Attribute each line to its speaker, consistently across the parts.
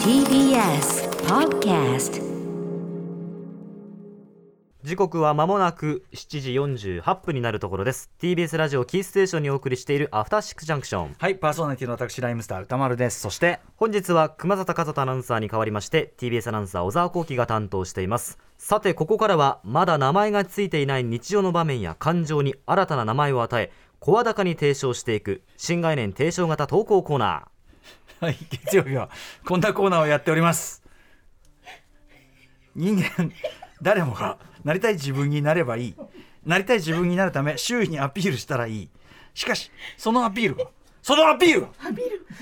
Speaker 1: TBS Podcast
Speaker 2: 時刻は間もなく7時48分になるところです TBS ラジオキーステーションにお送りしているアフターシックスジャンクション
Speaker 3: はい、パーソナリティの私、ライムスター歌丸です。そして、
Speaker 2: 本日は熊里和人アナウンサーに代わりまして TBS アナウンサー小沢光輝が担当していますさてここからはまだ名前がついていない日常の場面や感情に新たな名前を与え声高に提唱していく新概念提唱型投稿コーナー
Speaker 3: はい、月曜日はこんなコーナーをやっております。人間、誰もがなりたい自分になればいい。なりたい自分になるため、周囲にアピールしたらいい。しかし、そのアピールが、そのアピールが、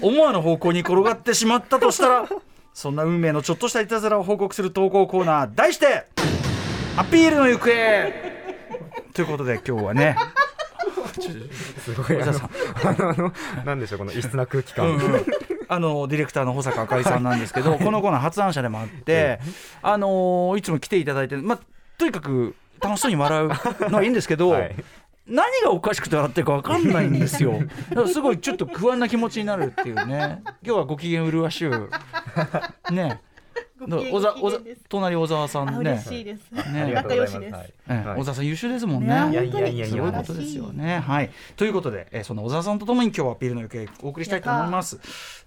Speaker 3: 思わぬ方向に転がってしまったとしたら、そんな運命のちょっとしたいたずらを報告する投稿コーナー、題して、アピールの行方ということで、今日はね、
Speaker 4: すごいあのあのあのなんでしょうこの異質な空気感、
Speaker 3: あのディレクターの保坂あかりさんなんですけど、このコーナー発案者でもあって、あのーいつも来ていただいて、まあ、とにかく楽しそうに笑うのはいいんですけど、
Speaker 4: はい
Speaker 3: 何がおかしくて笑ってるか分かんないんで すよ。だからすごいちょっと不安な気持ちになるっていうね。今日はご機嫌うるわしゅう。 ね。
Speaker 5: ご機嫌
Speaker 3: 小沢
Speaker 5: ご
Speaker 3: 小沢
Speaker 5: 機嫌です
Speaker 3: 隣小沢さ
Speaker 5: あ
Speaker 3: ん
Speaker 5: 嬉
Speaker 3: ね。
Speaker 5: しいです。
Speaker 3: ね
Speaker 5: 仲良しです。
Speaker 4: はい
Speaker 3: ええ
Speaker 4: はい
Speaker 3: 小沢さん優秀ですもんね。
Speaker 5: ね
Speaker 2: いやいやいやいや
Speaker 3: すごいことですよね。はい、ということで、えー、その小沢さんとともに今日はアピールの余計お送りしたいと思います。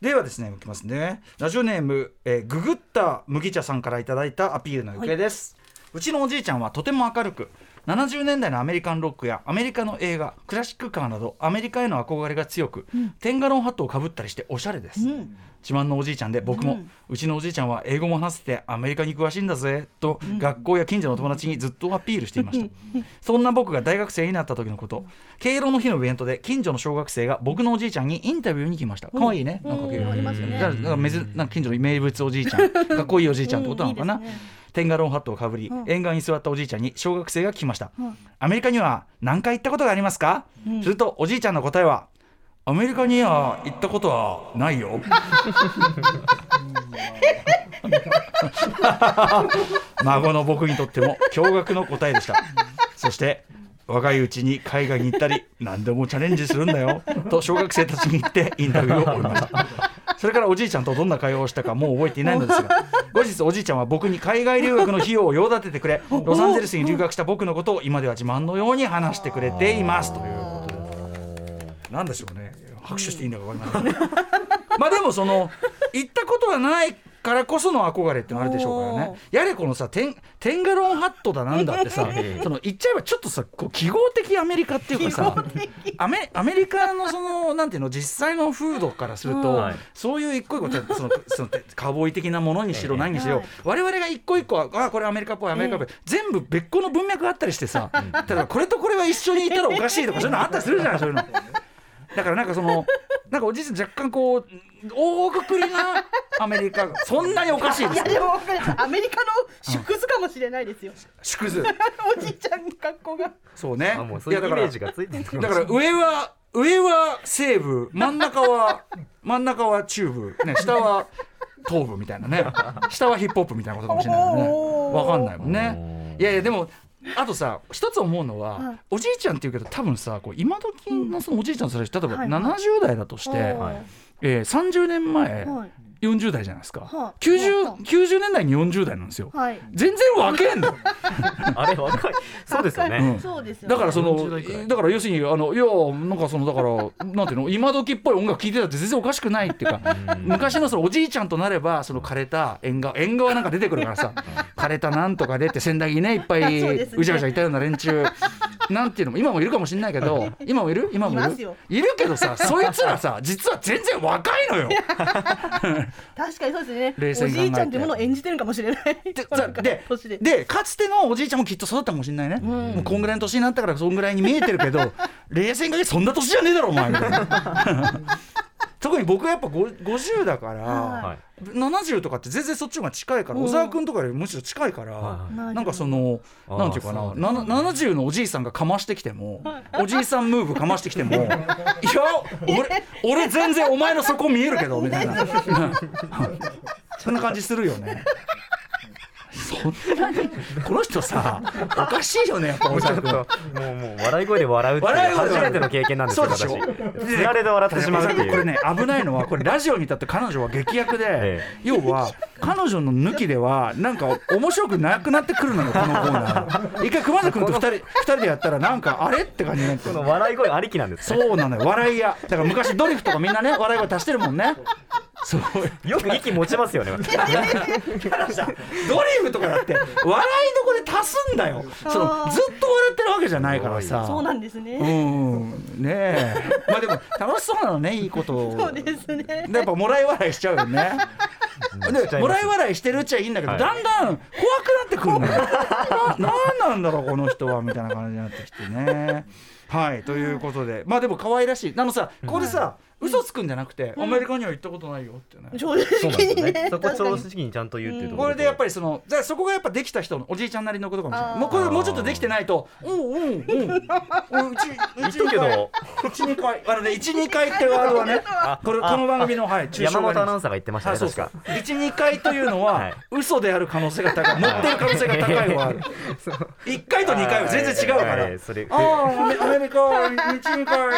Speaker 3: ではですね、いきますね。ラジオネーム、えー、ググった麦茶さんからいただいたアピールの余計です。うちのおじいちゃんはとても明るく70年代のアメリカンロックやアメリカの映画クラシックカーなどアメリカへの憧れが強く、テンガロンハットをかぶったりしておしゃれです、自慢のおじいちゃんで僕も、うちのおじいちゃんは英語も話せてアメリカに詳しいんだぜと学校や近所の友達にずっとアピールしてい ました、そんな僕が大学生になった時のこと敬老の日のイベントで近所の小学生が僕のおじいちゃんにインタビューに来ました可愛いねなんか敬
Speaker 5: うん
Speaker 3: 老
Speaker 5: ありますね
Speaker 3: だからなんか珍なんか近所の名物おじいちゃんかっこいいおじいちゃんってことなのかな、
Speaker 5: うんいいですね
Speaker 3: テンガロンハットをかぶり、沿岸に座ったおじいちゃんに小学生が聞きました、アメリカには何回行ったことがありますか、するとおじいちゃんの答えはアメリカには行ったことはないよ 孫の僕にとっても驚愕の答えでしたそして若いうちに海外に行ったり何でもチャレンジするんだよと小学生たちに言ってインタビューを終えましたそれからおじいちゃんとどんな会話をしたかもう覚えていないのですが後日おじいちゃんは僕に海外留学の費用を用立ててくれロサンゼルスに留学した僕のことを今では自慢のように話してくれていますということでなんでしょうね拍手していいんだか分かりませんまあでもその行ったことはないからこその憧れってのあるでしょうからねやれこのさテンテンガロンハットだなんだってさその言っちゃえばちょっとさこう記号的アメリカっていうかさアメアメリカのそのなんていうの実際の風土からすると、
Speaker 2: はい
Speaker 3: そういう一個一個ちょっとそのそのカウボーイ的なものにし
Speaker 2: え
Speaker 3: ろ
Speaker 2: え
Speaker 3: 何にしろ、
Speaker 5: はい
Speaker 3: 我々が一個一個はあこれアメリカっぽいアメリカっぽい、全部別個の文脈があったりしてさだからこれとこれは一緒にいたらおかしいとかそういうのあったりするじゃ ないそういうの。だからなんかそのなんかおじいちゃん若干こう大くくりなアメリカがそんなにおかしいで
Speaker 5: い
Speaker 3: す
Speaker 5: や
Speaker 3: か
Speaker 5: でもわかるアメリカの縮図かもしれないですよ。
Speaker 3: 縮図
Speaker 5: おじいちゃんの格好が。
Speaker 3: そうね
Speaker 2: あもうそういうイ
Speaker 3: やだ
Speaker 2: メ
Speaker 3: から
Speaker 2: ージがついてるのかも
Speaker 3: だから上は上は西部真ん中は 真ん中は中部、ね、下は東部みたいなね 下はヒップホップみたいなことかもしれないよ
Speaker 5: お
Speaker 3: ね
Speaker 5: ー
Speaker 3: わかんないもんねいやいやでもあとさ一つ思うのは、
Speaker 5: はい
Speaker 3: おじいちゃんっていうけど多分さこう今時のそのおじいちゃんそれ例えば
Speaker 5: はい
Speaker 3: 70代だとして、
Speaker 5: おー
Speaker 3: えー30年前、
Speaker 5: はい
Speaker 3: 40代じゃないですか、
Speaker 5: はい
Speaker 3: 90, 90年代に40代なんですよ、
Speaker 5: はい。
Speaker 3: 全然わけんだよ
Speaker 2: あれ若いそうですよね、
Speaker 3: うん
Speaker 5: そうですよね。
Speaker 3: だからその
Speaker 2: 40代くらい
Speaker 3: だから要するにあのいやなんかそのだから なんていうの今時っぽい音楽聴いてたって全然おかしくないっていうか昔のそのおじいちゃんとなればその枯れた縁側縁側なんか出てくるからさ枯れたなんとかでって仙台にねいっぱい
Speaker 5: そうですね
Speaker 3: うじゃうじゃいたような連中なんていうのも今もいるかもしれないけ ど今もいる今もい
Speaker 5: い
Speaker 3: る
Speaker 5: ますよ
Speaker 3: いるけどさそいつらさ実は全然若いのよ。
Speaker 5: 確かにそう
Speaker 3: 冷
Speaker 5: です
Speaker 3: 静
Speaker 5: ね。お
Speaker 3: に考えて
Speaker 5: じいちゃんっていうものを演じてるかもしれない。
Speaker 3: で
Speaker 5: なんか
Speaker 3: で
Speaker 5: 年で。
Speaker 3: でかつてのおじいちゃんもきっと育ったかもしれないね、もうこんぐらいの年になったからそんぐらいに見えてるけど冷静にかけそんな年じゃねえだろお前みたいな特に僕はやっぱご50だから、
Speaker 5: は
Speaker 2: はい
Speaker 3: 70とかって全然そっちの方が近いから、
Speaker 5: うん
Speaker 3: 小沢君とかよりむしろ近いから、
Speaker 2: は
Speaker 3: なんかその
Speaker 2: あー
Speaker 3: なんていうか
Speaker 2: そう
Speaker 3: な
Speaker 2: ですね
Speaker 3: なな70のおじいさんがかましてきても、おじいさんムーブかましてきてもいや俺俺全然お前の底 見えるけどみたいなそんな感じするよね。そそんなにこの人さおかしいよねやっぱ
Speaker 4: も
Speaker 3: 小
Speaker 4: うちょ
Speaker 3: 沢
Speaker 4: っと
Speaker 3: 君
Speaker 4: もうもう笑い声で笑うっていう
Speaker 3: 笑い声で笑う
Speaker 4: 初めての経験なんですよ私
Speaker 3: そうでしょ
Speaker 4: つられで笑ってしまうっていう
Speaker 3: これね危ないのはこれラジオに立って彼女は劇薬で、
Speaker 2: え
Speaker 3: 要は彼女の抜きではなんか面白くなくなってくるのよこのコーナー一回熊田君と二人二人でやったらなんかあれって感じになって
Speaker 2: この笑い声ありきなんですね
Speaker 3: そうなのよ笑いやだから昔ドリフとかみんなね笑い声足してるもんねそう
Speaker 2: よく息持ちますよね
Speaker 3: たださドリフとかだって笑いどこで足すんだよそのずっと笑ってるわけじゃないからさ
Speaker 5: そうなんですね。
Speaker 3: うんうんねえ まあでも楽しそうなのねいいことを
Speaker 5: そうですね。
Speaker 3: でやっぱもらい笑いしちゃうよね。
Speaker 2: ちゃい
Speaker 3: で
Speaker 2: ます
Speaker 3: もらい笑いしてるっちゃいいんだけど、
Speaker 2: はい
Speaker 3: だんだん怖くなってくるのよ。ななんなんだろうこの人はみたいな感じになってきてね。はいということでまあでも可愛らしいあのさここでさ、嘘つくんじゃなくて、アメリカには行ったことないよってね。
Speaker 5: 正直にね。
Speaker 2: そこ
Speaker 5: 確か
Speaker 2: 調
Speaker 5: に
Speaker 2: 子にちゃんと言うっていうとこ
Speaker 3: こ
Speaker 2: ろ
Speaker 3: れでやっぱりそのじゃあそこがやっぱできた人のおじいちゃんなりのことかもしれな
Speaker 5: あ
Speaker 3: い
Speaker 5: ー
Speaker 3: もうこれもうちょっとできてないと「うんうんうん」うんうち
Speaker 2: 言
Speaker 3: う
Speaker 2: っ
Speaker 3: ち
Speaker 2: とくけど
Speaker 3: 12回あのね12回ってワードはねこれこの番組のはい中
Speaker 2: 山
Speaker 3: 小
Speaker 2: 本アナウンサーが言ってました
Speaker 3: あ
Speaker 2: ね
Speaker 3: そう
Speaker 2: 確
Speaker 3: か
Speaker 2: か
Speaker 3: 12回というのは、
Speaker 2: はい
Speaker 3: 嘘である可能性が高い持ってる可能性が高 いはある1回と2回は全然違うから、
Speaker 2: はいそれ
Speaker 3: ああアメアメリカ12回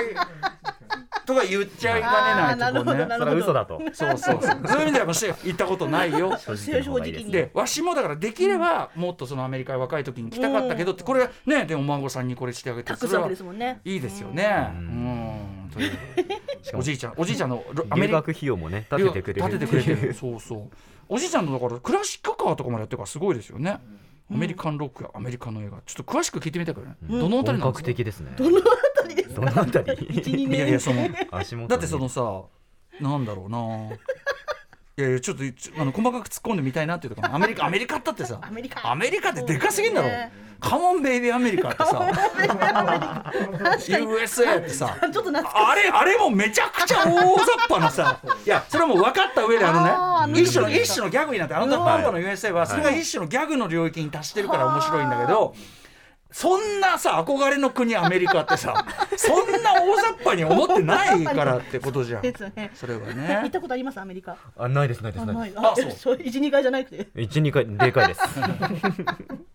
Speaker 3: とか言っちゃいかねないとこ
Speaker 5: あー
Speaker 3: ね
Speaker 5: なる
Speaker 2: それは嘘だと
Speaker 3: そうそうそうそういう意味ではもし行ったことないよ
Speaker 2: 正直の方がいいですね
Speaker 3: でわしもだからできればもっとそのアメリカへ若い時に来たかったけどってこれねでお孫さんにこれしてあげて
Speaker 5: 隠
Speaker 3: そ
Speaker 5: す
Speaker 3: れ
Speaker 5: わ
Speaker 3: は
Speaker 5: けですもんね。
Speaker 3: いいですよね
Speaker 2: う
Speaker 3: うんんという
Speaker 2: しか
Speaker 3: お
Speaker 2: も
Speaker 3: じいちゃんおじいちゃんのロアメ
Speaker 2: 留
Speaker 3: リカ
Speaker 2: 学費用もね立ててくれる
Speaker 3: 立ててくれてるそうそうおじいちゃんのだからクラシックカーとかまでやってるからすごいですよね、アメリカンロックやアメリカの映画ちょっと詳しく聞いてみたいからね、どのあたり
Speaker 2: 本
Speaker 3: な
Speaker 2: 格
Speaker 3: んですか
Speaker 2: 的ですね
Speaker 5: どのあたりです
Speaker 2: どの
Speaker 5: か。
Speaker 2: あたり
Speaker 5: 一二
Speaker 3: いやいや
Speaker 5: 年。
Speaker 3: その
Speaker 2: 足元に
Speaker 3: だってそのさなんだろうないやいやちょっとちょあの細かく突っ込んでみたいなっていうとこアメリカアメリカだってさ
Speaker 5: アメリカ
Speaker 3: アメリカってでかすぎんだろ、
Speaker 5: そうですね
Speaker 3: カモンベイビーアメリカってさ
Speaker 5: 確かに。
Speaker 3: USA ってさ
Speaker 5: ちょっと懐かしい。
Speaker 3: あれあれもめちゃくちゃ大雑把なさいやそれはもう分かった上で
Speaker 5: あー
Speaker 3: あの
Speaker 5: あの
Speaker 3: ね一種の
Speaker 5: うん
Speaker 3: 一種のギャグになってあのパンパの USA はそれが一種のギャグの領域に達してるから面白いんだけど。そんなさ憧れの国アメリカってさそんな大雑把に思ってないからってことじゃん
Speaker 5: ですね。
Speaker 3: それは
Speaker 5: 行
Speaker 3: ね
Speaker 5: ったことありますアメリカ。
Speaker 2: あないですないですない
Speaker 5: な
Speaker 2: で
Speaker 5: い。
Speaker 3: あ
Speaker 5: あ、
Speaker 3: そう
Speaker 5: そう。一二回じゃなくて。
Speaker 2: す12回でかいです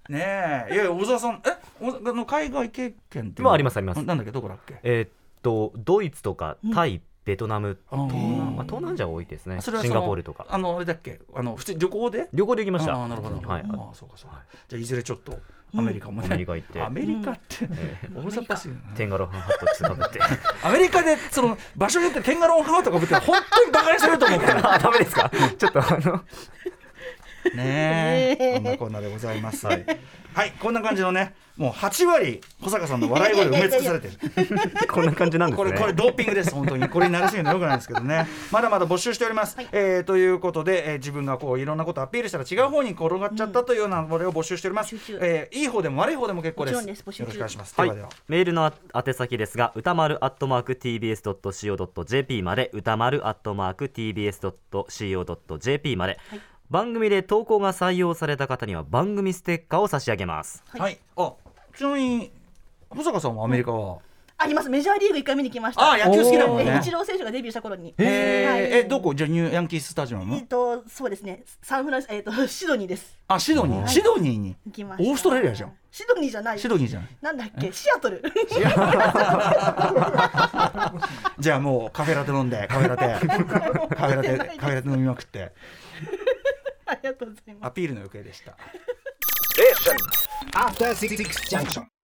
Speaker 3: ねえいやいや小沢さんえ小沢の海外経験って
Speaker 2: まあありますあります
Speaker 3: なんだっけどこだっけ
Speaker 2: えーっとドイツとかタイ、ベトナム、
Speaker 3: あー
Speaker 2: まあ、東南アジアが多いですねシ
Speaker 3: それはそ
Speaker 2: ン
Speaker 3: の
Speaker 2: ガポールとか
Speaker 3: あのあれだっけあの普通に旅行で
Speaker 2: 旅行で行きました
Speaker 3: ああなるほど。
Speaker 2: はい
Speaker 3: ああそうかそうか。じゃあいずれちょっとアメリカもね。
Speaker 2: アメリカ行って
Speaker 3: アメリカって大雑把すぎるな
Speaker 2: テンガロンハットつかぶって
Speaker 3: アメリカでその場所によってテンガロンハートかぶって本当にバカにされると思うか ら。
Speaker 2: あダメ ですかちょっとあの
Speaker 3: ね
Speaker 5: ね
Speaker 3: え。
Speaker 5: え
Speaker 3: こんなコーナーでございます。は
Speaker 2: はいい。
Speaker 3: こんな感じのね、もう8割、保坂さんの笑い声で埋め尽くされてる。
Speaker 2: こんな感じなんです
Speaker 3: こ
Speaker 2: ね
Speaker 3: れ、これドーピングです、本当に。これに慣らしめるのよくないですけどね。まだまだ募集しております。えーということで、えー自分がこういろんなことをアピールしたら違う方に転がっちゃったというようなこれを募集しております。
Speaker 5: 募集中
Speaker 3: えーいい方でも悪い方でも結構です。
Speaker 5: もちろんです募集
Speaker 3: よ
Speaker 5: 中
Speaker 3: ろしくお願いします。
Speaker 2: は
Speaker 3: で
Speaker 2: い
Speaker 3: はでは。、
Speaker 2: メールのあ宛先ですが歌丸 @tbs.co.jp まで歌丸 @tbs.co.jp まで、
Speaker 5: はい
Speaker 2: 番組で投稿が採用された方には番組ステッカーを差し上げます
Speaker 5: はい
Speaker 3: はい、あちなみに保坂さんはアメリカは、
Speaker 5: あります。メジャーリーグ一回見に来ました。
Speaker 3: あ野球好きだもん
Speaker 5: え
Speaker 3: ね
Speaker 5: イチロー選手がデビューした頃に。
Speaker 3: え
Speaker 5: はい
Speaker 3: えどこじゃあニューヤンキーススタジア
Speaker 5: え
Speaker 3: ム
Speaker 5: っと、そうですね。サンフランシえっと、シドニーです。
Speaker 3: あシドニーシドニーに
Speaker 5: 行きました。
Speaker 3: オーストラリアじゃん。
Speaker 5: シドニーじゃない。
Speaker 3: シドニーじゃない
Speaker 5: なんだっけ、シアトル。
Speaker 3: じゃあもうカフェラテ飲んでカフェラ テカフェラテカフェラテ飲みまくって
Speaker 5: ありがとうございます。
Speaker 3: アピールの余計でした
Speaker 1: After Six Junction.